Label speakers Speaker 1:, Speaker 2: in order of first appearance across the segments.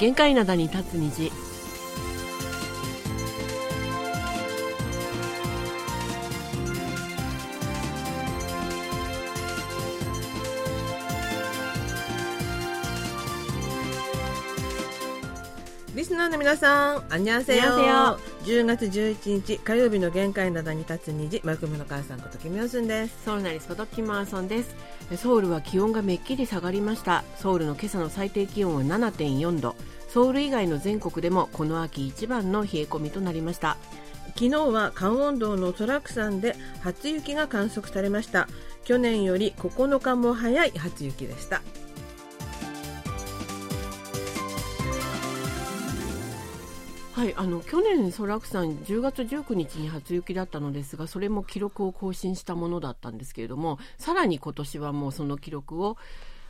Speaker 1: 限界灘に立つ虹
Speaker 2: リスナーの皆さん、あんにゃんせよ。
Speaker 1: こんにちは
Speaker 2: 10月11日火曜日の限界などに立つ虹、マクムの母さんことキミヨスンです。
Speaker 1: ソウルなりスコトッキマーソンですソウルは気温がめっきり下がりましたソウルの今朝の最低気温は7.4度ソウル以外の全国でもこの秋一番の冷え込みとなりました
Speaker 2: 昨日は関温道のトラク山で初雪が観測されました。去年より9日も早い初雪でした。
Speaker 1: はいあの去年ソラクさん10月19日に初雪だったのですがそれも記録を更新したものだったんですけれどもさらに今年はもうその記録を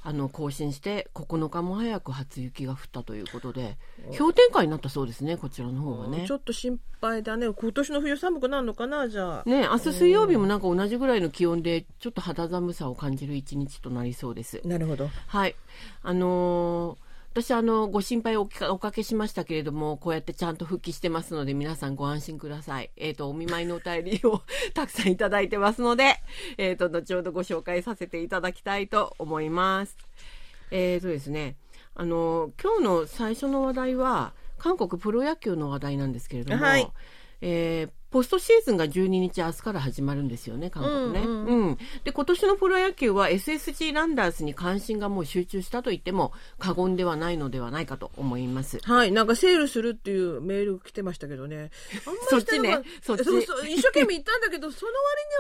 Speaker 1: あの更新して9日も早く初雪が降ったということで氷点下になったそうですねこちらの方はね
Speaker 2: ちょっと心配だね。今年の冬寒くなるのかな、じゃあ。
Speaker 1: ね、明日水曜日もなんか同じぐらいの気温でちょっと肌寒さを感じる一日となりそうです。
Speaker 2: なるほど。
Speaker 1: はい、あのー私あのご心配をおかおかけしましたけれどもこうやってちゃんと復帰してますので皆さんご安心ください。えっ、とお見舞いのお便りを たくさんいただいてますので、えっ、と後ほどご紹介させていただきたいと思います。えーとですね、あの今日の最初の話題は韓国プロ野球の話題なんですけれども、
Speaker 2: はい
Speaker 1: えーポストシーズンが12日明日から始まるんですよね韓国ね。
Speaker 2: う
Speaker 1: うんんで今年のプロ野球は SSG ランダースに関心がもう集中したと言っても過言ではないのではないかと思います。
Speaker 2: はい、なんかセールするっていうメール来てましたけどね。あんまり
Speaker 1: そっちね
Speaker 2: なんか
Speaker 1: そっち
Speaker 2: うそう一生懸命行ったんだけど、その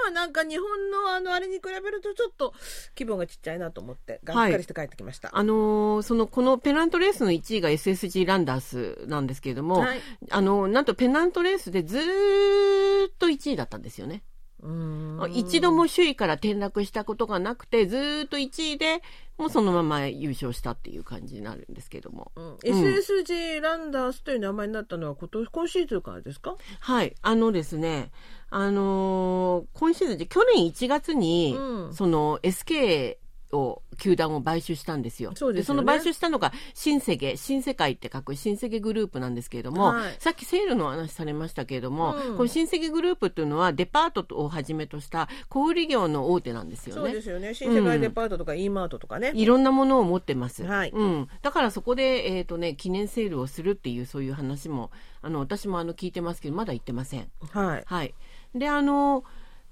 Speaker 2: 割にはなんか日本のあのあれに比べるとちょっと気分がちっちゃいなと思って、がっかりして帰ってきました。
Speaker 1: あのーそのこのペナントレースの1位が SSG ランダースなんですけれども、
Speaker 2: はい
Speaker 1: あのなんとペナントレースでずーっと1位だったんですよね。
Speaker 2: うーん
Speaker 1: 一度も首位から転落したことがなくてずーっと1位でもうそのまま優勝したっていう感じになるんですけども
Speaker 2: うん SSG ランダースという名前になったのは今年今シーズンからですか、
Speaker 1: はいあのですねあのー今シーズンで去年1月に、
Speaker 2: うん
Speaker 1: その SK を球団を買収したんですよ
Speaker 2: そうですよね
Speaker 1: その買収したのが新世界新世界って書く新世界グループなんですけれども、
Speaker 2: はい
Speaker 1: さっきセールの話されましたけれども、
Speaker 2: うん
Speaker 1: この新世界グループというのはデパートをはじめとした小売業の大手なんですよね。
Speaker 2: そうですよね新世界デパートとか E マートとかね、
Speaker 1: いろんなものを持ってます。
Speaker 2: はい
Speaker 1: うん。だからそこで、えっ、とね、記念セールをするっていう、そういう話も、あの、私もあの、聞いてますけど、まだ行ってません。
Speaker 2: はい
Speaker 1: はい。で、あの、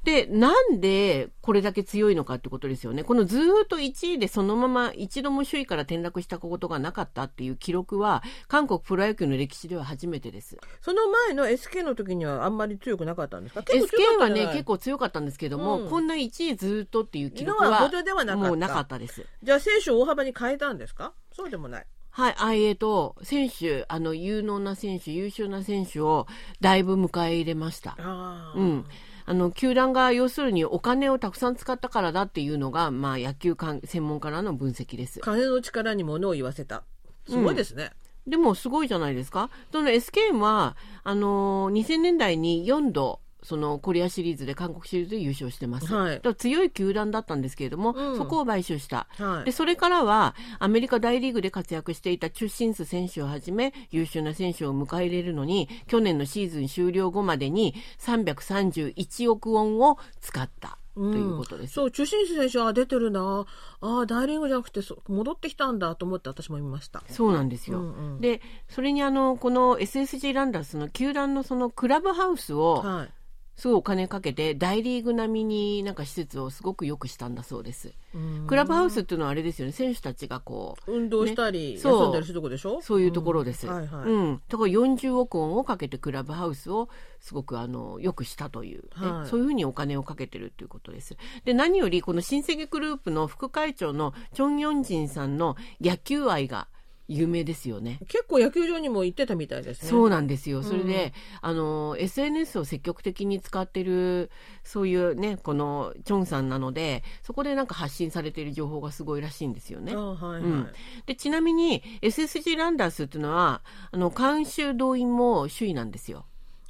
Speaker 1: で、なんでこれだけ強いのかってことですよね。このずーっと1位でそのまま一度も首位から転落したことがなかったっていう記録は、韓国プロ野球の歴史では初めてです。
Speaker 2: その前の SK の時にはあんまり強くなかったんですか結
Speaker 1: SK
Speaker 2: 構強
Speaker 1: は
Speaker 2: かったんじゃ
Speaker 1: ね
Speaker 2: ない、
Speaker 1: 結構強かったんですけども、
Speaker 2: うん
Speaker 1: こんな1位ずーっとっていう記録
Speaker 2: のは
Speaker 1: は
Speaker 2: ほどではなかった
Speaker 1: もうなかったです。
Speaker 2: じゃあ選手を大幅に変えたんですかそうでもない
Speaker 1: はい、あえーと、選手、あの、有能な選手、優秀な選手をだいぶ迎え入れました。
Speaker 2: あー
Speaker 1: うん。あの、球団が要するにお金をたくさん使ったからだっていうのが、まあ、野球関専門家らの分析です。
Speaker 2: 金の力に物を言わせたすごいですね、
Speaker 1: でも、すごいじゃないですか。その SKM は、あのー2000年代に4度、そのコリアシリーズで韓国シリーズで優勝してます。
Speaker 2: はい
Speaker 1: だから強い球団だったんですけれども、
Speaker 2: うん
Speaker 1: そこを買収した。
Speaker 2: はい
Speaker 1: でそれからはアメリカ大リーグで活躍していた中心数選手をはじめ優秀な選手を迎え入れるのに去年のシーズン終了後までに331億ウォンを使ったと
Speaker 2: ん
Speaker 1: いうことです。
Speaker 2: そう中心選手は出てるなああ大リーグじゃなくてそう戻ってきたんだと思って私も見ました
Speaker 1: そうなんですよ、
Speaker 2: うんうん
Speaker 1: でそれにあのこの SSG ランダースの球団のそのクラブハウスを
Speaker 2: はい
Speaker 1: すごいお金かけて大リーグ並みになんか施設をすごく良くしたんだそうです
Speaker 2: うん
Speaker 1: クラブハウスっていうのはあれですよね選手たちがこう
Speaker 2: 運動したり、
Speaker 1: ねそう
Speaker 2: 休んだりするとこでしょ
Speaker 1: そういうところです。
Speaker 2: う
Speaker 1: うんん、
Speaker 2: はいはい
Speaker 1: だから40億ウォンをかけてクラブハウスをすごくあの良くしたという、ね
Speaker 2: はい
Speaker 1: そういうふうにお金をかけてるということです。で何よりこの新世紀グループの副会長のチョンヨンジンさんの野球愛が有名ですよね。
Speaker 2: 結構野球場にも行ってたみたいですね
Speaker 1: そうなんですよ。それで、あの、SNS を積極的に使ってる、そういうね、この、チョンさんなので、そこでなんか発信されている情報がすごいらしいんですよね。
Speaker 2: ああはいはい、
Speaker 1: うん、でちなみに SSG ランダースっていうのはあの監修動員も首位なんですよ。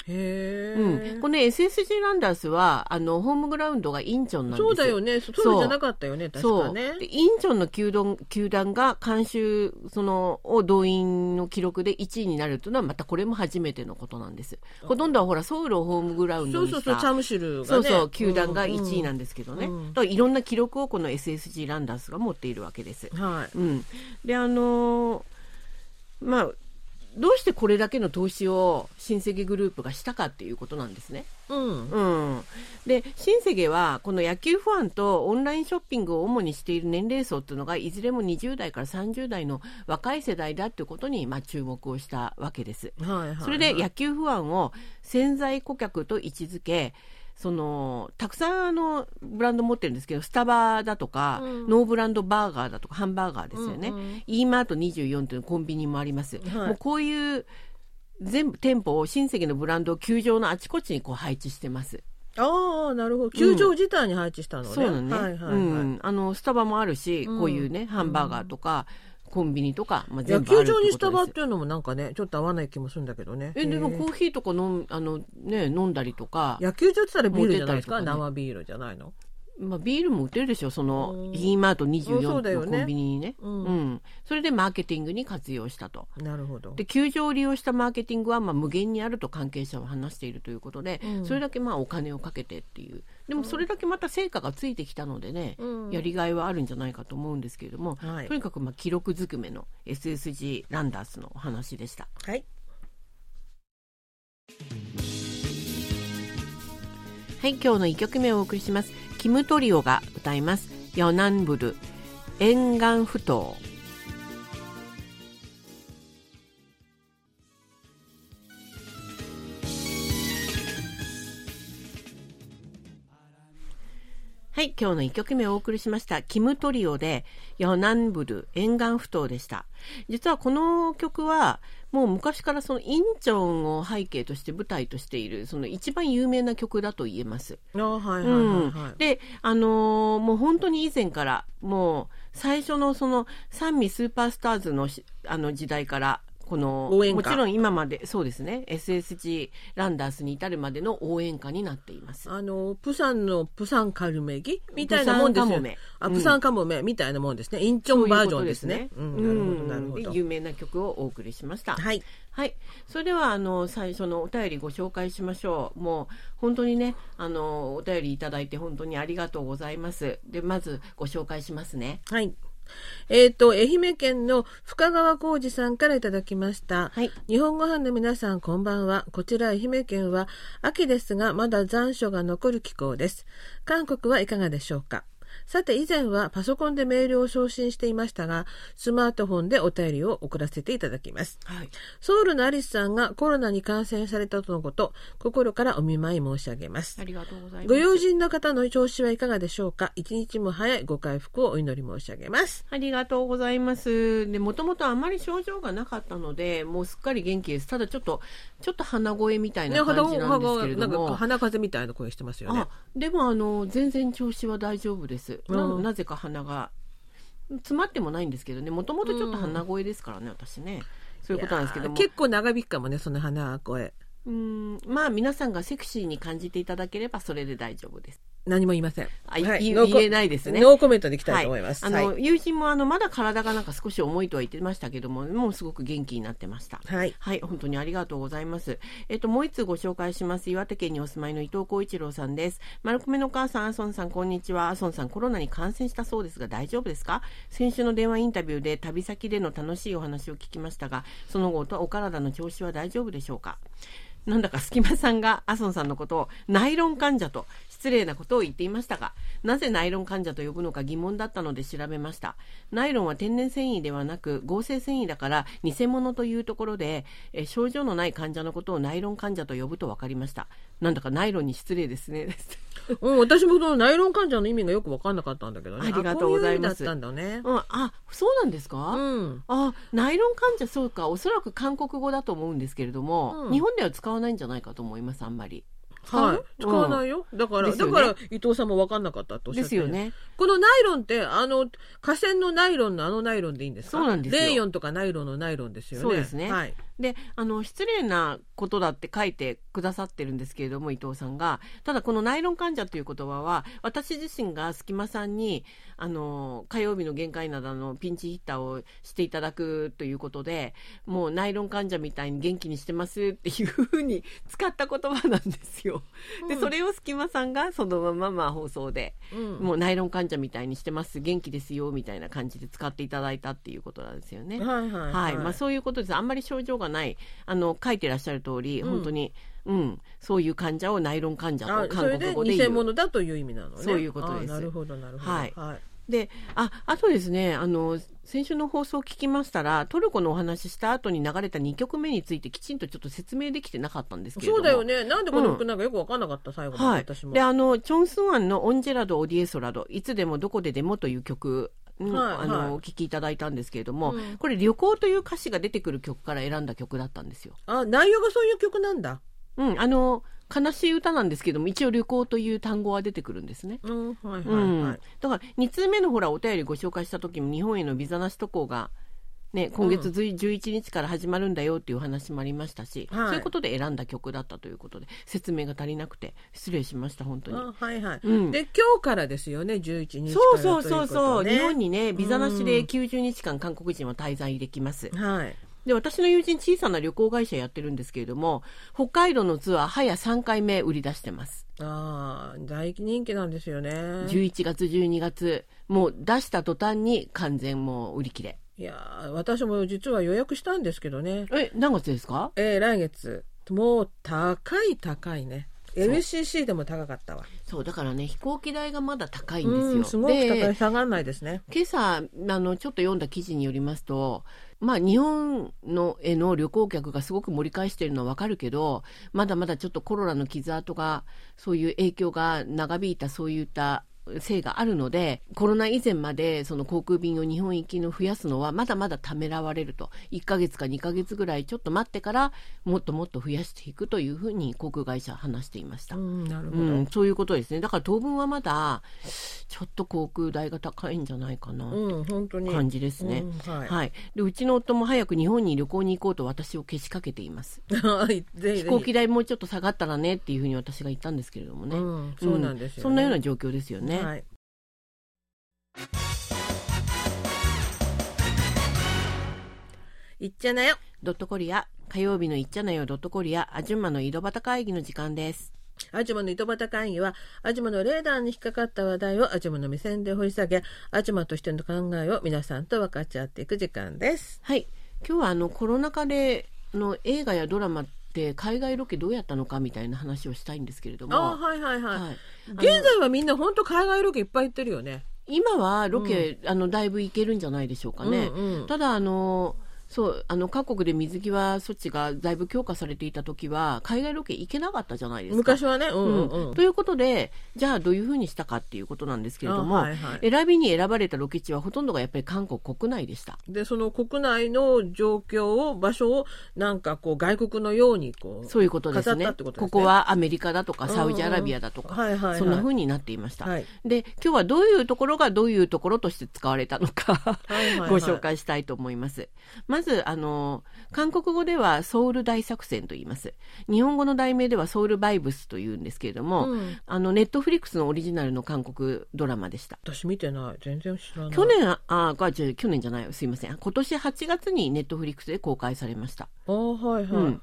Speaker 2: へえ、
Speaker 1: うん、この SSG ランダースはあのホームグラウンドがインチョンなんです
Speaker 2: そうだよねそ
Speaker 1: そう
Speaker 2: そうじゃなかったよね確
Speaker 1: そ
Speaker 2: か
Speaker 1: う
Speaker 2: ね
Speaker 1: でインチョンの球団球団が監修そのを動員の記録で1位になるというのはまたこれも初めてのことなんです。ほとんどはほらソウルをホームグラウン
Speaker 2: そ
Speaker 1: ド
Speaker 2: う
Speaker 1: に
Speaker 2: そう
Speaker 1: し
Speaker 2: そう
Speaker 1: た
Speaker 2: チャムシルが
Speaker 1: そ
Speaker 2: ね
Speaker 1: うそう球団が1位なんですけどね、
Speaker 2: うん
Speaker 1: だからいろんな記録をこの SSG ランダースが持っているわけです。
Speaker 2: うんはい
Speaker 1: うん、であのーまあどうしてこれだけの投資を新世紀グループがしたかっていうことなんですね。
Speaker 2: うん
Speaker 1: うん、で新世紀はこの野球ファンとオンラインショッピングを主にしている年齢層っていうのがいずれも20代から30代の若い世代だっていうことにまあ注目をしたわけです。
Speaker 2: はいはい
Speaker 1: それで野球不安を潜在顧客と位置づけそのたくさんあのブランド持ってるんですけどスタバだとか、
Speaker 2: うん
Speaker 1: ノーブランドバーガーだとかハンバーガーですよね、
Speaker 2: うんうん
Speaker 1: e マート24というコンビニもあります、
Speaker 2: はい
Speaker 1: もうこういう全部店舗を新世紀のブランドを球場のあちこちにこう配置してます
Speaker 2: ああなるほど球場自体に配置したのね、
Speaker 1: そうなのね、
Speaker 2: はいはいはい、
Speaker 1: うん、あのスタバもあるし、
Speaker 2: うん
Speaker 1: こういうねハンバーガーとか、コンビニとか、まあ、
Speaker 2: 野
Speaker 1: 全部あるっ
Speaker 2: 球
Speaker 1: てこ
Speaker 2: 場
Speaker 1: と
Speaker 2: に
Speaker 1: です
Speaker 2: スタバっていうのもなんかねちょっと合わない気もするんだけどね
Speaker 1: えでも
Speaker 2: へー
Speaker 1: コーヒーとか飲んあの、ね、飲んだりとか
Speaker 2: 野球場って言ったらビールじゃないですか
Speaker 1: 持ってったりとか
Speaker 2: 生ビールじゃないの
Speaker 1: まあ、ビールも売ってるでしょその
Speaker 2: うん
Speaker 1: e マート
Speaker 2: そうだ
Speaker 1: 24
Speaker 2: よ
Speaker 1: の
Speaker 2: ね
Speaker 1: コンビニにね
Speaker 2: う
Speaker 1: うんんそれでマーケティングに活用したと
Speaker 2: なるほど
Speaker 1: で球場を利用したマーケティングはまあ無限にあると関係者は話しているということで、
Speaker 2: うん
Speaker 1: それだけまあお金をかけてっていうでもそれだけまた成果がついてきたのでね、
Speaker 2: うん
Speaker 1: やりがいはあるんじゃないかと思うんですけれども、
Speaker 2: はい
Speaker 1: とにかくまあ記録ずくめの SSG ランダースのお話でした。
Speaker 2: はい
Speaker 1: はい、今日の一曲目をお送りします。キムトリオが歌います。ヨナンブル、沿岸埠頭。はい、今日の一曲目をお送りしました。キムトリオで、ヨナンブル、沿岸埠頭でした。実はこの曲は、もう昔からそのインチョンを背景として舞台としている、その一番有名な曲だと言えます。
Speaker 2: あーはいはいはいは
Speaker 1: うん
Speaker 2: い、
Speaker 1: で、あのーもう本当に以前から、もう最初のその三味スーパースターズのしあの時代から、この
Speaker 2: 応援
Speaker 1: も
Speaker 2: 歌
Speaker 1: ちろん今までそうですね SSG ランダースに至るまでの応援歌になっています。
Speaker 2: あのプサンのプサンカルメギみたいなもんです
Speaker 1: プサンカ
Speaker 2: よ
Speaker 1: モメ
Speaker 2: あ
Speaker 1: うん
Speaker 2: プサンカモメみたいなもんですねインチョンバージョンですね
Speaker 1: そういううことです
Speaker 2: ん
Speaker 1: ねう
Speaker 2: なるほどなる
Speaker 1: ん
Speaker 2: ほ
Speaker 1: で
Speaker 2: ど
Speaker 1: 有名な曲をお送りしました。
Speaker 2: はい
Speaker 1: はい、それではあの最初のお便りご紹介しましょう。もう本当にね、あのお便りいただいて本当にありがとうございます。でまずご紹介しますね。
Speaker 2: はい。えっ、と、愛媛県の深川浩二さんからいただきました。
Speaker 1: はい
Speaker 2: 日本ご飯の皆さん、こんばんは。こちら愛媛県は秋ですが、まだ残暑が残る気候です。韓国はいかがでしょうかさて、以前はパソコンでメールを送信していましたが、スマートフォンでお便りを送らせていただきます。
Speaker 1: はい、
Speaker 2: ソウルのアリスさんがコロナに感染されたとのこと、心からお見舞い申し上げます
Speaker 1: あ。りがとうございます。
Speaker 2: ご友人の方の調子はいかがでしょうか一日も早いご回復をお祈り申し上げます。
Speaker 1: ありがとうございます。で、もともとあまり症状がなかったので、もうすっかり元気です。ただちょっと、ちょっと鼻声みたい
Speaker 2: ね、
Speaker 1: な
Speaker 2: 肌
Speaker 1: 感じ
Speaker 2: を
Speaker 1: なんですけれ
Speaker 2: な
Speaker 1: ど
Speaker 2: んか
Speaker 1: も。
Speaker 2: 鼻風邪みたいな声してますよね
Speaker 1: あ。でもあの全然調子は大丈夫です、な
Speaker 2: うん
Speaker 1: なぜか鼻が詰まってもないんですけどねもともとちょっと鼻声ですからね、私ねそういうことなんですけども
Speaker 2: いやー結構長引くかもね、その鼻声。
Speaker 1: うんまあ皆さんがセクシーに感じていただければそれで大丈夫です
Speaker 2: 何も言いません。
Speaker 1: あ、い
Speaker 2: はい
Speaker 1: 言
Speaker 2: ノーコ
Speaker 1: 言えないですね
Speaker 2: ノーコメントでいきたいと思います。
Speaker 1: は
Speaker 2: はい
Speaker 1: あの、
Speaker 2: い。
Speaker 1: 友人もあのまだ体がなんか少し重いとは言ってましたけどももうすごく元気になってました
Speaker 2: はい。
Speaker 1: はい、本当にありがとうございます。えっと、もう一通ご紹介します。岩手県にお住まいの伊藤浩一郎さんです。丸米のお母さん、アソンさん、こんにちは。アソンさん、コロナに感染したそうですが、大丈夫ですか先週の電話インタビューで、旅先での楽しいお話を聞きましたが、その後、おとお体の調子は大丈夫でしょうかなんだか隙間さんがアソンさんのことをナイロン患者と失礼なことを言っていましたが、なぜナイロン患者と呼ぶのか疑問だったので調べました。ナイロンは天然繊維ではなく合成繊維だから偽物というところで、えー症状のない患者のことをナイロン患者と呼ぶと分かりました。なんだかナイロンに失礼ですね。
Speaker 2: うん、私もそのナイロン患者の意味がよく分かんなかったんだけどね。
Speaker 1: ありがとうございます
Speaker 2: あこういう意味だったんだね。
Speaker 1: うん、あ、そうなんですか、
Speaker 2: うん。
Speaker 1: あナイロン患者そうかおそらく韓国語だと思うんですけれども、
Speaker 2: うん
Speaker 1: 日本では使わないんじゃないかと思いますあんまり使う
Speaker 2: はい。使わないよ。だから、
Speaker 1: ですよ
Speaker 2: だ
Speaker 1: ね
Speaker 2: から伊藤さんも分かんなかったとおっし
Speaker 1: で
Speaker 2: ゃって
Speaker 1: すよ。ね
Speaker 2: このナイロンって、あの、河川のナイロンのあのナイロンでいいんですか
Speaker 1: そうなんですよ
Speaker 2: レーヨンとかナイロンのナイロンですよね。
Speaker 1: そうですね
Speaker 2: はい。
Speaker 1: であの失礼なことだって書いてくださってるんですけれども伊藤さんがただこのナイロン患者という言葉は私自身が隙間さんにあの火曜日の限界などのピンチヒッターをしていただくということでもうナイロン患者みたいに元気にしてますっていうふうに使った言葉なんですよ。で
Speaker 2: うん
Speaker 1: それを隙間さんがそのまままあ放送で
Speaker 2: うん
Speaker 1: もうナイロン患者みたいにしてます元気ですよみたいな感じで使っていただいたっていうことなんですよね。
Speaker 2: はいはい
Speaker 1: はい、まあ、そういうことです。あんまり症状がない、あの、書いてらっしゃる通り、
Speaker 2: うん
Speaker 1: 本当に。うん、そういう患者をナイロン患者
Speaker 2: あ
Speaker 1: と
Speaker 2: それ
Speaker 1: 韓
Speaker 2: で
Speaker 1: 国語で言
Speaker 2: 偽
Speaker 1: う。
Speaker 2: 物だという意味なのね
Speaker 1: そういうことです
Speaker 2: あなるほどなるほど
Speaker 1: はい
Speaker 2: はい
Speaker 1: で、あ、あとですね、あの、先週の放送を聞きましたら、トルコのお話しした後に流れた2曲目について、きちんとちょっと説明できてなかったんですけれど
Speaker 2: そ
Speaker 1: も。
Speaker 2: うだよねなんでこの
Speaker 1: う
Speaker 2: 服なんかよく分かんなかった最後まで、
Speaker 1: はい
Speaker 2: 私。も
Speaker 1: で、あの、チョンスンアンのオンジェラド・オディエソラド、いつでもどこででもという曲。うん
Speaker 2: はい
Speaker 1: あ
Speaker 2: はい
Speaker 1: のお聞きいただいたんですけれども、
Speaker 2: うん
Speaker 1: これ旅行という歌詞が出てくる曲から選んだ曲だったんですよ。
Speaker 2: あ内容がそういう曲なんだ
Speaker 1: うん、あの悲しい歌なんですけども一応旅行という単語は出てくるんですね。
Speaker 2: うんはいはいはい、
Speaker 1: うん、だから2通目のほらお便りご紹介した時も日本へのビザなし渡航が、ね、今月ずい11日から始まるんだよっていう話もありましたし、
Speaker 2: はい
Speaker 1: そういうことで選んだ曲だったということで説明が足りなくて失礼しました本当に。
Speaker 2: あはいはい、
Speaker 1: うん
Speaker 2: で今日からですよね11日か
Speaker 1: そう
Speaker 2: ら
Speaker 1: そうそうそう、
Speaker 2: とい
Speaker 1: 日
Speaker 2: こと
Speaker 1: 本
Speaker 2: ね
Speaker 1: にねビザなしで90日間韓国人は滞在できます。
Speaker 2: はい
Speaker 1: で私の友人小さな旅行会社やってるんですけれども北海道のツアー早3回目売り出してます。
Speaker 2: ああ大人気なんですよね
Speaker 1: 11月12月もう出した途端に完全もう売り切れ
Speaker 2: いやー私も実は予約したんですけどね
Speaker 1: え何月ですか
Speaker 2: えー来月もう高い高いね
Speaker 1: う
Speaker 2: LCC でも高かったわ
Speaker 1: そうだからね飛行機代がまだ高いんですよ、
Speaker 2: うんすごく高い
Speaker 1: で
Speaker 2: 下がらないですね
Speaker 1: 今朝あのちょっと読んだ記事によりますとまあ日本のへの旅行客がすごく盛り返してるのはわかるけどまだまだちょっとコロナの傷跡がそういう影響が長引いたそういったせいがあるのでコロナ以前までその航空便を日本行きの増やすのはまだまだためらわれると1ヶ月か2ヶ月ぐらいちょっと待ってからもっともっと増やしていくというふうに航空会社は話していました、
Speaker 2: う
Speaker 1: うん
Speaker 2: んなるほど、
Speaker 1: うん、そういうことですねだから当分はまだちょっと航空代が高いんじゃないかな、
Speaker 2: うん、本当に。
Speaker 1: 感じですね、
Speaker 2: うんはい。
Speaker 1: はい、でうちの夫も早く日本に旅行に行こうと私をけしかけています
Speaker 2: はい、ぜひぜひ
Speaker 1: 飛行機代もうちょっと下がったらねっていうふうに私が言ったんですけれどもね、
Speaker 2: うん、そうなんですよ、ね
Speaker 1: そんなような状況ですよね、
Speaker 2: はい。いっちゃなよ。
Speaker 1: ドットコリア火曜日のいっちゃなよドットコリアアジュンマの井戸端会議の時間です
Speaker 2: アジマの糸端会議は、アジマのレーダーに引っかかった話題をアジマの目線で掘り下げ、アジマとしての考えを皆さんと分かち合っていく時間です。
Speaker 1: はい今日はあのコロナ禍での映画やドラマって海外ロケどうやったのかみたいな話をしたいんですけれども
Speaker 2: あーはいはいはい。
Speaker 1: はい
Speaker 2: 現在はみんな本当海外ロケいっぱい行ってるよね。
Speaker 1: 今はロケ、あのだいぶ行けるんじゃないでしょうかね、
Speaker 2: うんうん
Speaker 1: ただあのそうあの各国で水際措置がだいぶ強化されていた時は海外ロケ行けなかったじゃないですか
Speaker 2: 昔はね、うんうんうん。
Speaker 1: ということでじゃあどういうふうにしたかっていうことなんですけれども、
Speaker 2: あはいはい
Speaker 1: 選びに選ばれたロケ地はほとんどがやっぱり韓国国内でした。
Speaker 2: でその国内の状況を場所をなんかこう外国のようにこう
Speaker 1: そういうことです
Speaker 2: 語っ
Speaker 1: ね。
Speaker 2: たってことですね
Speaker 1: こはアメリカだとか
Speaker 2: うんうん
Speaker 1: サウジアラビアだとか、
Speaker 2: はいはいはい
Speaker 1: そんなふうになっていました、
Speaker 2: はい
Speaker 1: で今日はどういうところがどういうところとして使われたのか
Speaker 2: はいはいはい
Speaker 1: ご紹介したいと思います。まずあの韓国語ではソウル大作戦と言います。日本語の題名ではソウルバイブスというんですけれども、
Speaker 2: うん
Speaker 1: あのネットフリックスのオリジナルの韓国ドラマでした。
Speaker 2: 私見てない全然知らない
Speaker 1: 去年、あ、ああ、じゃあ去年じゃない、すいません。今年8月にネットフリックスで公開されました。
Speaker 2: あーはい
Speaker 1: うん。
Speaker 2: はい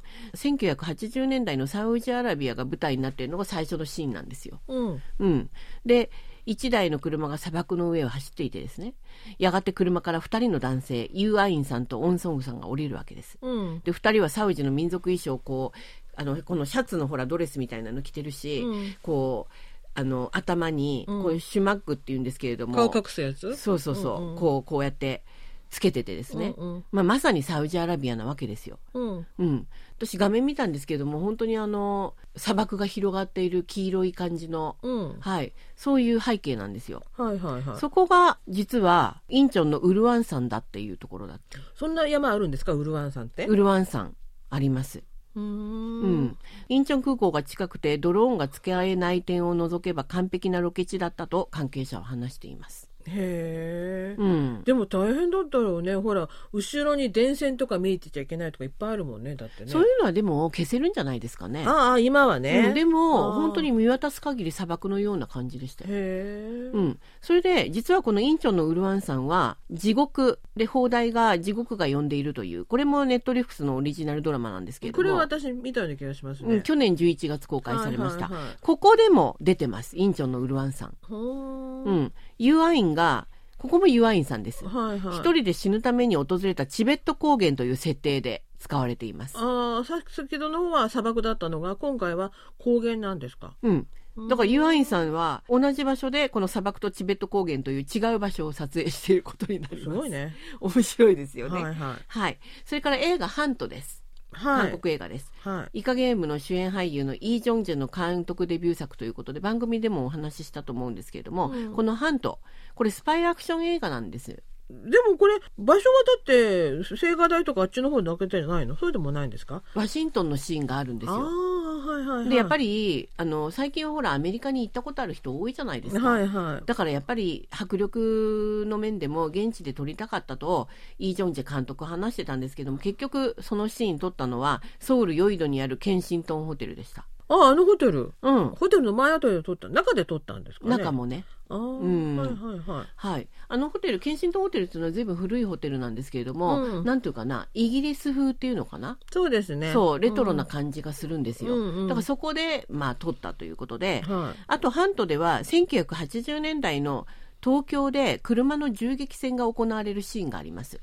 Speaker 1: 1980年代のサウジアラビアが舞台になっているのが最初のシーンなんですよ。
Speaker 2: うん
Speaker 1: うん。で、1台の車が砂漠の上を走っていてですね、やがて車から2人の男性、ユーアインさんとオンソングさんが降りるわけです。
Speaker 2: うん
Speaker 1: で、2人はサウジの民族衣装をこう、あの、このシャツのほらドレスみたいなの着てるし、
Speaker 2: うん
Speaker 1: こう、あの、頭に、こういうシュマックっていうんですけれども、
Speaker 2: 顔隠すやつ
Speaker 1: そうそうそう、
Speaker 2: うんうん
Speaker 1: こうこうやってつけててですね、
Speaker 2: うんうん
Speaker 1: まあ、まさにサウジアラビアなわけですよ。
Speaker 2: うん
Speaker 1: うん、私画面見たんですけども本当にあの砂漠が広がっている黄色い感じの、
Speaker 2: うん
Speaker 1: はい、そういう背景なんですよ。
Speaker 2: はいはいはいそ
Speaker 1: そこが実はインチョンのウルワン山だっていうところだって
Speaker 2: んな山あるんですかウルワンさんって
Speaker 1: ウルワン山あります。
Speaker 2: うー
Speaker 1: うんん、インチョン空港が近くてドローンが付け合えない点を除けば完璧なロケ地だったと関係者は話しています。
Speaker 2: へえ、
Speaker 1: うん。
Speaker 2: でも大変だったろうねほら後ろに電線とか見えてちゃいけないとかいっぱいあるもんねだってね
Speaker 1: そういうのはでも消せるんじゃないですかね。
Speaker 2: ああ今はね、
Speaker 1: うんで
Speaker 2: あ
Speaker 1: も
Speaker 2: ー
Speaker 1: 本当に見渡す限り砂漠のような感じでしたよ。
Speaker 2: へえ、
Speaker 1: うん、それで実はこの院長のウルワンさんは地獄で放題が地獄が呼んでいるというこれもネットリックスのオリジナルドラマなんですけれども
Speaker 2: これは私見たような気がしますね、
Speaker 1: うん、去年11月公開されました、
Speaker 2: はいはいはい
Speaker 1: ここでも出てます院長のウルワンさん、
Speaker 2: ほー
Speaker 1: うん、ユアインがここもユアインさんです
Speaker 2: はいはい
Speaker 1: 一人で死ぬために訪れたチベット高原という設定で使われています、
Speaker 2: ああ先ほどの方は砂漠だったのが今回は高原なんですか
Speaker 1: うん、だから
Speaker 2: うん
Speaker 1: ユアインさんは同じ場所でこの砂漠とチベット高原という違う場所を撮影していることになります
Speaker 2: すごいね
Speaker 1: 面白いですよね、
Speaker 2: はいはい
Speaker 1: はい。それから映画ハントです。
Speaker 2: はい
Speaker 1: 韓国映画です。
Speaker 2: はい
Speaker 1: イカゲームの主演俳優のイ・ジョンジェの監督デビュー作ということで番組でもお話ししたと思うんですけれども、
Speaker 2: うん
Speaker 1: このハント、これスパイアクション映画なんです。
Speaker 2: でもこれ場所がだって青瓦台とかあっちの方だけじゃないのそうでもないんですか
Speaker 1: ワシントンのシーンがあるんです
Speaker 2: ああ
Speaker 1: よ。
Speaker 2: はいはいはい
Speaker 1: で、やっぱ
Speaker 2: り
Speaker 1: り、あの、最近はほらアメリカに行ったことある人多いじゃないですか。
Speaker 2: はいはい
Speaker 1: だからやっぱり迫力の面でも現地で撮りたかったとイ・ジョンジェ監督話してたんですけども結局そのシーン撮ったのはソウル・ヨイドにあるケンシントンホテルでした。
Speaker 2: あああのホテル
Speaker 1: うん、
Speaker 2: ホテルの前あたりで撮った中で撮ったんですかね
Speaker 1: 中もね、
Speaker 2: ああ、
Speaker 1: ん
Speaker 2: はいはいはい
Speaker 1: はい、あのホテルケンシントンホテルっていうのはずいぶん古いホテルなんですけれども、
Speaker 2: うん
Speaker 1: なんていうかなイギリス風っていうのかな、
Speaker 2: そうですね
Speaker 1: そうレトロな感じがするんですよ、
Speaker 2: うんうん
Speaker 1: だからそこで、まあ、撮ったということで、
Speaker 2: うんはい
Speaker 1: あとハントでは1980年代の東京で車の銃撃戦が行われるシーンがあります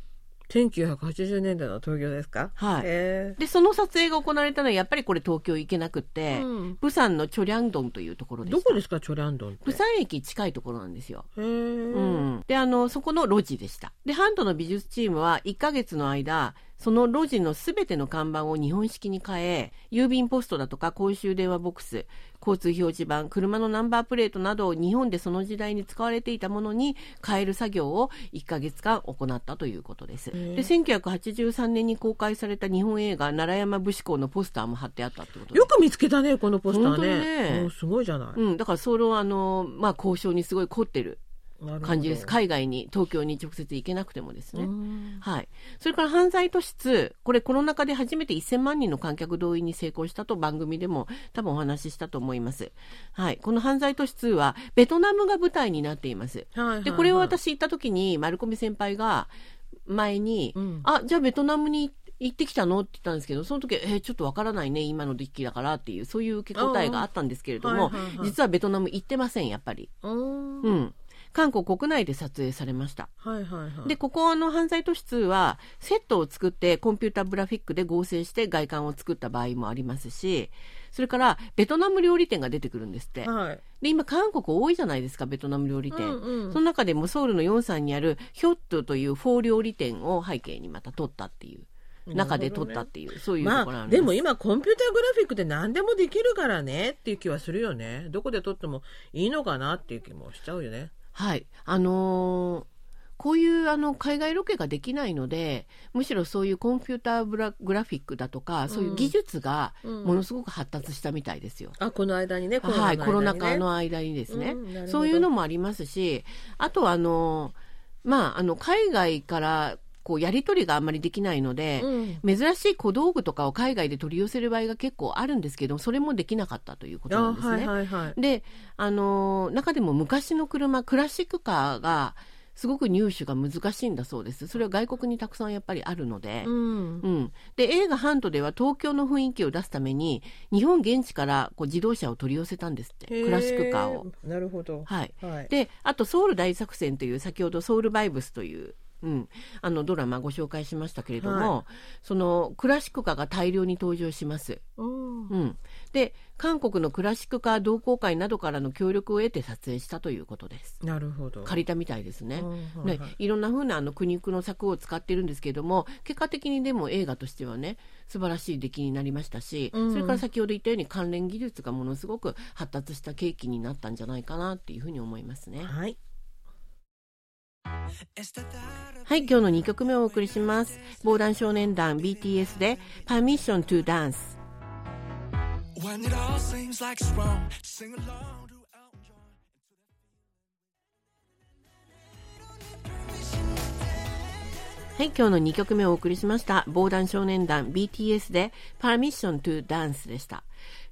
Speaker 2: 1980年代の東京ですか
Speaker 1: はい
Speaker 2: へ
Speaker 1: でその撮影が行われたのはやっぱりこれ東京行けなく
Speaker 2: え
Speaker 1: て、
Speaker 2: うん
Speaker 1: 釜山のチョリャンドンというところでした
Speaker 2: どこですかチョリャンドンって
Speaker 1: 釜山駅近いところなんですよ
Speaker 2: へえ
Speaker 1: うん、であのそこの路地でしたでハントの美術チームは1ヶ月の間その路地のすべての看板を日本式に変え郵便ポストだとか公衆電話ボックス交通表示板車のナンバープレートなどを日本でその時代に使われていたものに変える作業を1ヶ月間行ったということです
Speaker 2: へえ
Speaker 1: で1983年に公開された日本映画「奈良山武士公」のポスターも貼ってあったってことです
Speaker 2: よく見つけたねこのポスター
Speaker 1: 本当に
Speaker 2: ね
Speaker 1: ね
Speaker 2: もうすごいじゃない、
Speaker 1: うん、だからそのあの、まあ、交渉にすごい凝ってる
Speaker 2: なるほど
Speaker 1: 感じです海外に東京に直接行けなくてもですね、
Speaker 2: うん
Speaker 1: はい、それから犯罪都市2これコロナ禍で初めて1000万人の観客動員に成功したと番組でも多分お話ししたと思います、はい、この犯罪都市2はベトナムが舞台になっています
Speaker 2: はいはい
Speaker 1: でこれを、私行った時に丸込先輩が前に
Speaker 2: うん
Speaker 1: 「あじゃあベトナムに行ってきたの?」って言ったんですけどその時「えーちょっとわからないね今のデッキだから」っていうそういう受け答えがあったんですけれども、
Speaker 2: うんはいはいはい
Speaker 1: 実はベトナム行ってませんやっぱり。
Speaker 2: うん
Speaker 1: う、ん韓国国内で撮影されました
Speaker 2: はいはいはい
Speaker 1: でここの犯罪都市2はセットを作ってコンピュータグラフィックで合成して外観を作った場合もありますしそれからベトナム料理店が出てくるんですって
Speaker 2: はい
Speaker 1: で今韓国多いじゃないですかベトナム料理店、
Speaker 2: うんうん
Speaker 1: その中でもソウルのヨンサンにあるヒョットというフォー料理店を背景にまた撮ったっていう中で撮ったっていう、そういうところ
Speaker 2: ま
Speaker 1: な
Speaker 2: あ
Speaker 1: んです、
Speaker 2: でも今コンピューターグラフィックで何でもできるからねっていう気はするよねどこで撮ってもいいのかなっていう気もしちゃうよね
Speaker 1: はい、あのーこういうあの海外ロケができないのでむしろそういうコンピューターブラグラフィックだとかそういう技術が
Speaker 2: うん
Speaker 1: ものすごく発達したみたいですよ。
Speaker 2: あこの間にねコロナの
Speaker 1: は
Speaker 2: 間
Speaker 1: い、
Speaker 2: にね
Speaker 1: コロナ禍の間にですね、
Speaker 2: うんなるほど
Speaker 1: そういうのもありますしあとはあのーまああの海外からこうやり取りがあんまりできないので、
Speaker 2: うん
Speaker 1: 珍しい小道具とかを海外で取り寄せる場合が結構あるんですけどそれもできなかったということ
Speaker 2: あ
Speaker 1: なんですね。
Speaker 2: はいはいはい
Speaker 1: で、あのー中でも昔の車クラシックカーがすごく入手が難しいんだそうですそれは外国にたくさんやっぱりあるので、
Speaker 2: うん
Speaker 1: うん、で映画「ハント」では東京の雰囲気を出すために日本現地からこう自動車を取り寄せたんですって
Speaker 2: へ
Speaker 1: クラシックカーを。
Speaker 2: なるほど
Speaker 1: はい、
Speaker 2: はい
Speaker 1: であと「ソウル大作戦」という先ほど「ソウルバイブス」という、うん、あのドラマご紹介しましたけれども、
Speaker 2: は
Speaker 1: そのクラシックカーが大量に登場します。
Speaker 2: うん
Speaker 1: うん、で韓国のクラシックカー同好会などからの協力を得て撮影したということです
Speaker 2: なるほど
Speaker 1: 借りたみたいですね、
Speaker 2: うんはい
Speaker 1: ね
Speaker 2: はい、
Speaker 1: いろんな風なあの苦肉の策を使ってるんですけども結果的にでも映画としてはね素晴らしい出来になりましたし、
Speaker 2: うん
Speaker 1: それから先ほど言ったように関連技術がものすごく発達した契機になったんじゃないかなっていうふうに思いますね
Speaker 2: はい
Speaker 1: はい今日の2曲目をお送りします防弾少年団 BTS で「Permission to Dance」
Speaker 3: When it all seems like it's wrong, sing along to Elton John.
Speaker 1: はい、今日の2曲目をお送りしました。防弾少年団 BTS で Permission to Dance でした。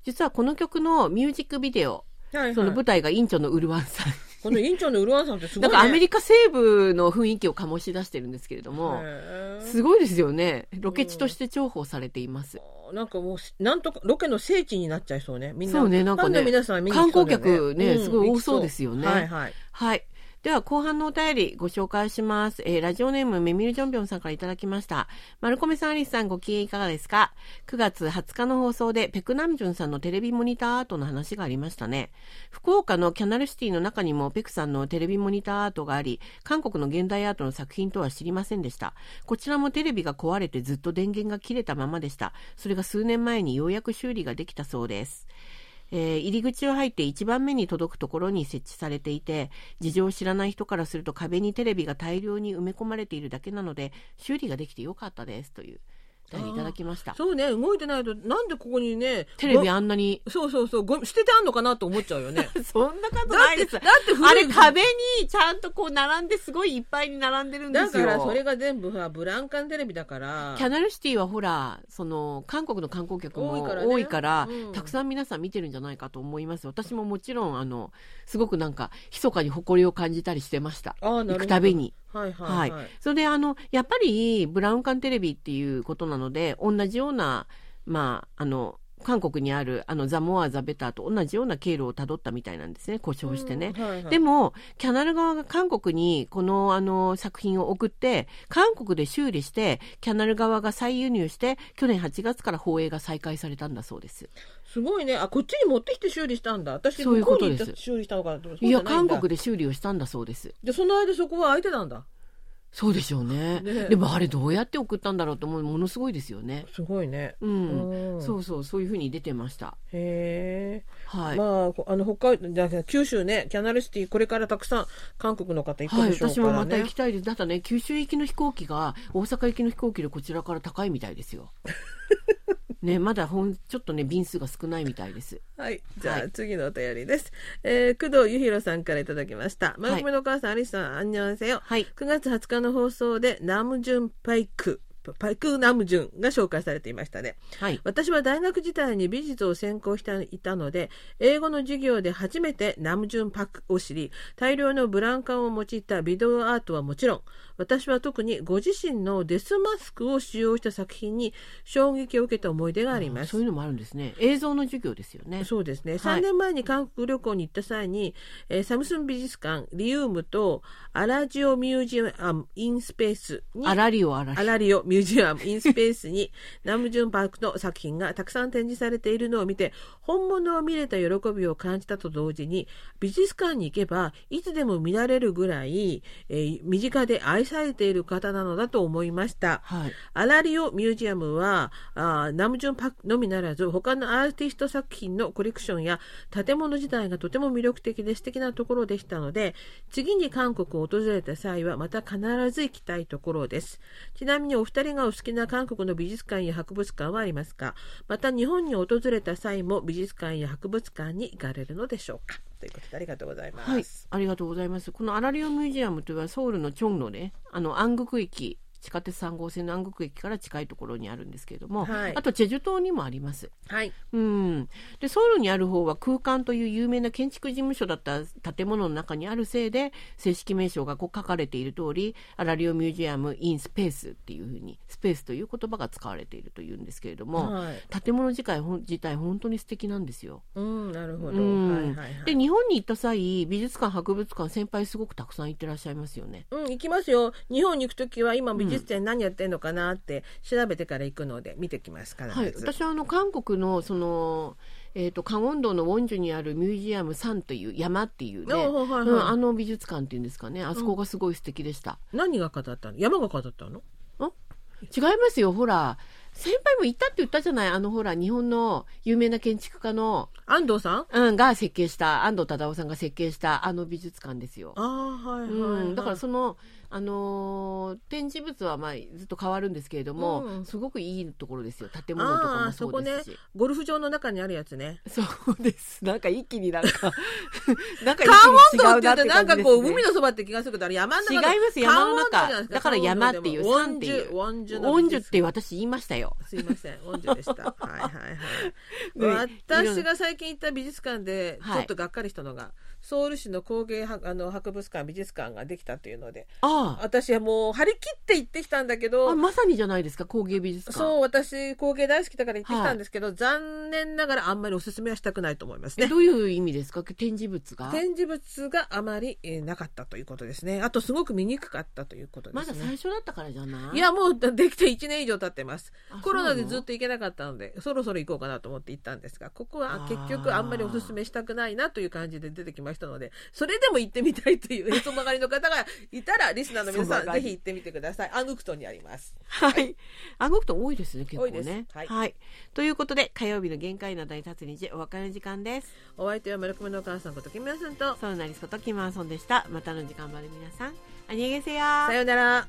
Speaker 1: 実はこの曲のミュージックビデオ、
Speaker 2: はいはい
Speaker 1: その 舞台がインチョのウルワンさん。
Speaker 2: この院長のウルワンさんってすご、
Speaker 1: ないん
Speaker 2: ね。
Speaker 1: かアメリカ西部の雰囲気を醸し出してるんですけれども、
Speaker 2: へー
Speaker 1: すごいですよね。ロケ地として重宝されています。
Speaker 2: なんかもうし、なんとか、ロケの聖地になっちゃいそうね。みんな。
Speaker 1: そうねなんかね
Speaker 2: ファンの皆さんは見に来そうだよね
Speaker 1: 観光客ねすごい多そうですよね
Speaker 2: 行きそうはいはい。
Speaker 1: はい。では後半のお便りご紹介します。えーラジオネームメミルジョンビョンさんからいただきました。マルコメさん、アリスさん、ご機嫌いかがですか ?9 月20日の放送でペクナムジュンさんのテレビモニターアートの話がありましたね。福岡のキャナルシティの中にもペクさんのテレビモニターアートがあり、韓国の現代アートの作品とは知りませんでした。こちらもテレビが壊れてずっと電源が切れたままでした。それが数年前にようやく修理ができたそうです。えー入り口を入って1番目に届くところに設置されていて事情を知らない人からすると壁にテレビが大量に埋め込まれているだけなので修理ができてよかったですというお便りいただきました
Speaker 2: そうね、動いてないと、なんでここにね、
Speaker 1: テレビ
Speaker 2: ご
Speaker 1: あんなに
Speaker 2: そうそうそう、ご捨ててあんのかなと思っちゃうよ ね。
Speaker 1: そんなこと
Speaker 2: だっ
Speaker 1: ない
Speaker 2: て、
Speaker 1: です
Speaker 2: だって古い
Speaker 1: あれ壁にちゃんとこう並んですごいいっぱいに並んでるんで
Speaker 2: だ
Speaker 1: す
Speaker 2: か
Speaker 1: よ
Speaker 2: らそれが全部さ、ブランカンテレビだから。
Speaker 1: キャナルシティはほらその韓国の観光客も
Speaker 2: 多いからね
Speaker 1: 多いから
Speaker 2: うん
Speaker 1: たくさん皆さん見てるんじゃないかと思います私ももちろんあのすごくなんか密かに誇りを感じたりしてました
Speaker 2: ああ、なるほど
Speaker 1: 行くたび。に。
Speaker 2: はいは、
Speaker 1: はいい
Speaker 2: はい。
Speaker 1: それであのやっぱりブラウン管テレビっていうことなので同じようなまああの韓国にあるあのザ・モア・ザ・ベターと同じような経路をたどったみたいなんですね故障してね。
Speaker 2: うんはいはい
Speaker 1: でもキャナル側が韓国にこのあの作品を送って韓国で修理してキャナル側が再輸入して去年8月から放映が再開されたんだそうです。
Speaker 2: すごいね。あ、こっちに持ってきて修理したんだ。私、
Speaker 1: そういうこ
Speaker 2: 向
Speaker 1: と
Speaker 2: こに
Speaker 1: です
Speaker 2: 行って修理したのかなと思った
Speaker 1: いや韓国
Speaker 2: で。
Speaker 1: で修理をしたんだそうです。
Speaker 2: で、その間そこは空いてたんだ。
Speaker 1: そうでしょうね。
Speaker 2: ね
Speaker 1: でもあれどうやって送ったんだろうと思うものすごいですよね。
Speaker 2: すごいね。
Speaker 1: うん、
Speaker 2: うん
Speaker 1: そうそうそういうふうに出てました。
Speaker 2: へえ。
Speaker 1: はい。
Speaker 2: まあ、こあの北海道じゃなくて九州ね、キャナルシティ、これからたくさん韓国の方行
Speaker 1: は
Speaker 2: く
Speaker 1: い、
Speaker 2: でしょう
Speaker 1: 私
Speaker 2: か
Speaker 1: も
Speaker 2: ら
Speaker 1: また
Speaker 2: ね。
Speaker 1: 行きたいです。だったね、九州行きの飛行機が大阪行きの飛行機でこちらから高いみたいです よ。ね、まだほんちょっとね便数が少ないみたいです。
Speaker 2: はい、じゃ
Speaker 1: は
Speaker 2: あ
Speaker 1: い
Speaker 2: 次のお便りです。えー工藤ゆひろさんからいただきました。マルコメのお母さん、アリスさん、あんにゃんせよ。
Speaker 1: はい
Speaker 2: 9月20日の放送で、ナムジュンパイク、パイクナムジュンが紹介されていましたね。
Speaker 1: はい。
Speaker 2: 私は大学時代に美術を専攻していたので英語の授業で初めてナムジュンパクを知り大量のブランカンを用いたビデオアートはもちろん私は特にご自身のデスマスクを使用した作品に衝撃を受けた思い出があります
Speaker 1: そういうのもあるんですね。映像の授業ですよね。
Speaker 2: そうですね、
Speaker 1: い
Speaker 2: 3年前に韓国旅行に行った際に、えーサムスン美術館リウムとアラジオミュージアムインスペースに
Speaker 1: あらりをあら
Speaker 2: ア
Speaker 1: り。
Speaker 2: ラリオミュージアムインスペースに ナムジュンパークの作品がたくさん展示されているのを見て本物を見れた喜びを感じたと同時に美術館に行けばいつでも見られるぐらい、えー身近で愛されている方なのだと思いました。
Speaker 1: はい。
Speaker 2: アラリオミュージアムはあーナムジュンパクのみならず他のアーティスト作品のコレクションや建物自体がとても魅力的で素敵なところでしたので次に韓国を訪れた際はまた必ず行きたいところですちなみにお二人がお好きな韓国の美術館や博物館はありますかまた日本に訪れた際も美術館や博物館に行かれるのでしょうかということでありがとうございます、
Speaker 1: はい。ありがとうございます。このアラリオミュージアムというのはソウルのチョンのね、あの安国駅。地下鉄3号線の安国駅から近いところにあるんですけれども、
Speaker 2: はい
Speaker 1: あとチェジュ島にもあります。
Speaker 2: はい
Speaker 1: うん、でソウルにある方は空間という有名な建築事務所だった建物の中にあるせいで正式名称がこう書かれている通りアラリオミュージアム・イン・スペースっていうふうにスペースという言葉が使われているというんですけれども、
Speaker 2: はい
Speaker 1: 建物自体ほん自体本当に素敵なんですよ。
Speaker 2: うんなるほど、
Speaker 1: うん
Speaker 2: はいはいはい
Speaker 1: で日本に行った際美術館博物館先輩すごくたくさん行ってらっしゃいますよね。
Speaker 2: うん、行きますよ。日本に行くときは今美術展何やってんのかなって調べてから行くので見てきますから。
Speaker 1: はい、私はあの韓国のその、えー、とカンウォン道のウォンジュにあるミュージアム3という山っていうね、
Speaker 2: おうはいはい
Speaker 1: うん、あの美術館っていうんですかねあそこがすごい素敵でした、
Speaker 2: 何が飾ったの山が飾ったの
Speaker 1: 違いますよほら先輩も行ったって言ったじゃないあのほら日本の有名な建築家の、
Speaker 2: 安藤さん
Speaker 1: うん、が設計した安藤忠雄さんが設計したあの美術館ですよ、
Speaker 2: ああ、はいはい、
Speaker 1: うん、だからそのあのー展示物はまあずっと変わるんですけれども、
Speaker 2: うん
Speaker 1: すごくいいところですよ建物とか
Speaker 2: あー
Speaker 1: もそうですし
Speaker 2: ゴルフ場の中にあるやつね。
Speaker 1: そうですなんか一気になん かなんか
Speaker 2: 関
Speaker 1: 一気に
Speaker 2: 温
Speaker 1: 違うな
Speaker 2: 度って言う
Speaker 1: って
Speaker 2: となん
Speaker 1: 感じです
Speaker 2: か
Speaker 1: ね
Speaker 2: こう海のそばって気がするけどあれ山の中
Speaker 1: 違います
Speaker 2: 関
Speaker 1: 山の
Speaker 2: 温度じゃない
Speaker 1: 中
Speaker 2: です
Speaker 1: だから山っていう
Speaker 2: 関
Speaker 1: 山っ
Speaker 2: 温
Speaker 1: てい
Speaker 2: 度で
Speaker 1: う
Speaker 2: も温樹
Speaker 1: 温樹
Speaker 2: 樹
Speaker 1: って私言いましたよ
Speaker 2: すいません温樹でした はいはい
Speaker 1: ね
Speaker 2: はい
Speaker 1: いろ
Speaker 2: 私
Speaker 1: んな
Speaker 2: が最近行った美術館でち
Speaker 1: はい
Speaker 2: ょっとがっかりしたのが、ソウル市の工芸はあの博物館美術館ができたというので
Speaker 1: ああ
Speaker 2: 私はもう張り切って行ってきたんだけ
Speaker 1: あ
Speaker 2: ど
Speaker 1: まさにじゃないですか工芸美術館
Speaker 2: そう私工芸大好きだから行ってきたんですけど、残念ながらあんまりおすすめはしたくないと思います
Speaker 1: え
Speaker 2: ね
Speaker 1: どういう意味ですか展示物が
Speaker 2: 展示物があまり、えーなかったということですねあとすごく見にくかったということで
Speaker 1: ますだ
Speaker 2: ね
Speaker 1: 最初だったからじゃない
Speaker 2: いやもうできて1年以上経ってます
Speaker 1: あ
Speaker 2: コロナで
Speaker 1: そうな
Speaker 2: ず
Speaker 1: の
Speaker 2: っと行けなかったのでそろそろ行こうかなと思って行ったんですがここは
Speaker 1: あー
Speaker 2: 結局あんまりおすすめしたくないなという感じで出てきましたのでそれでも行ってみたいというへそ曲がりの方がいたらリスナーの 皆
Speaker 1: へそ
Speaker 2: さ
Speaker 1: 曲
Speaker 2: ん
Speaker 1: がり
Speaker 2: ぜひ行ってみてくださいアングクトンにあります
Speaker 1: はい。暗黒点多いですね、結構
Speaker 2: 多いで
Speaker 1: ね。
Speaker 2: すはい
Speaker 1: ということで、火曜日の限界の大立つ日、お別れの時間です。
Speaker 2: お相手は丸熊のお母さんこと木村さんと
Speaker 1: そうなりすこと、キマーソンでした。またの時間まで皆さん、あにげせや
Speaker 2: さようなら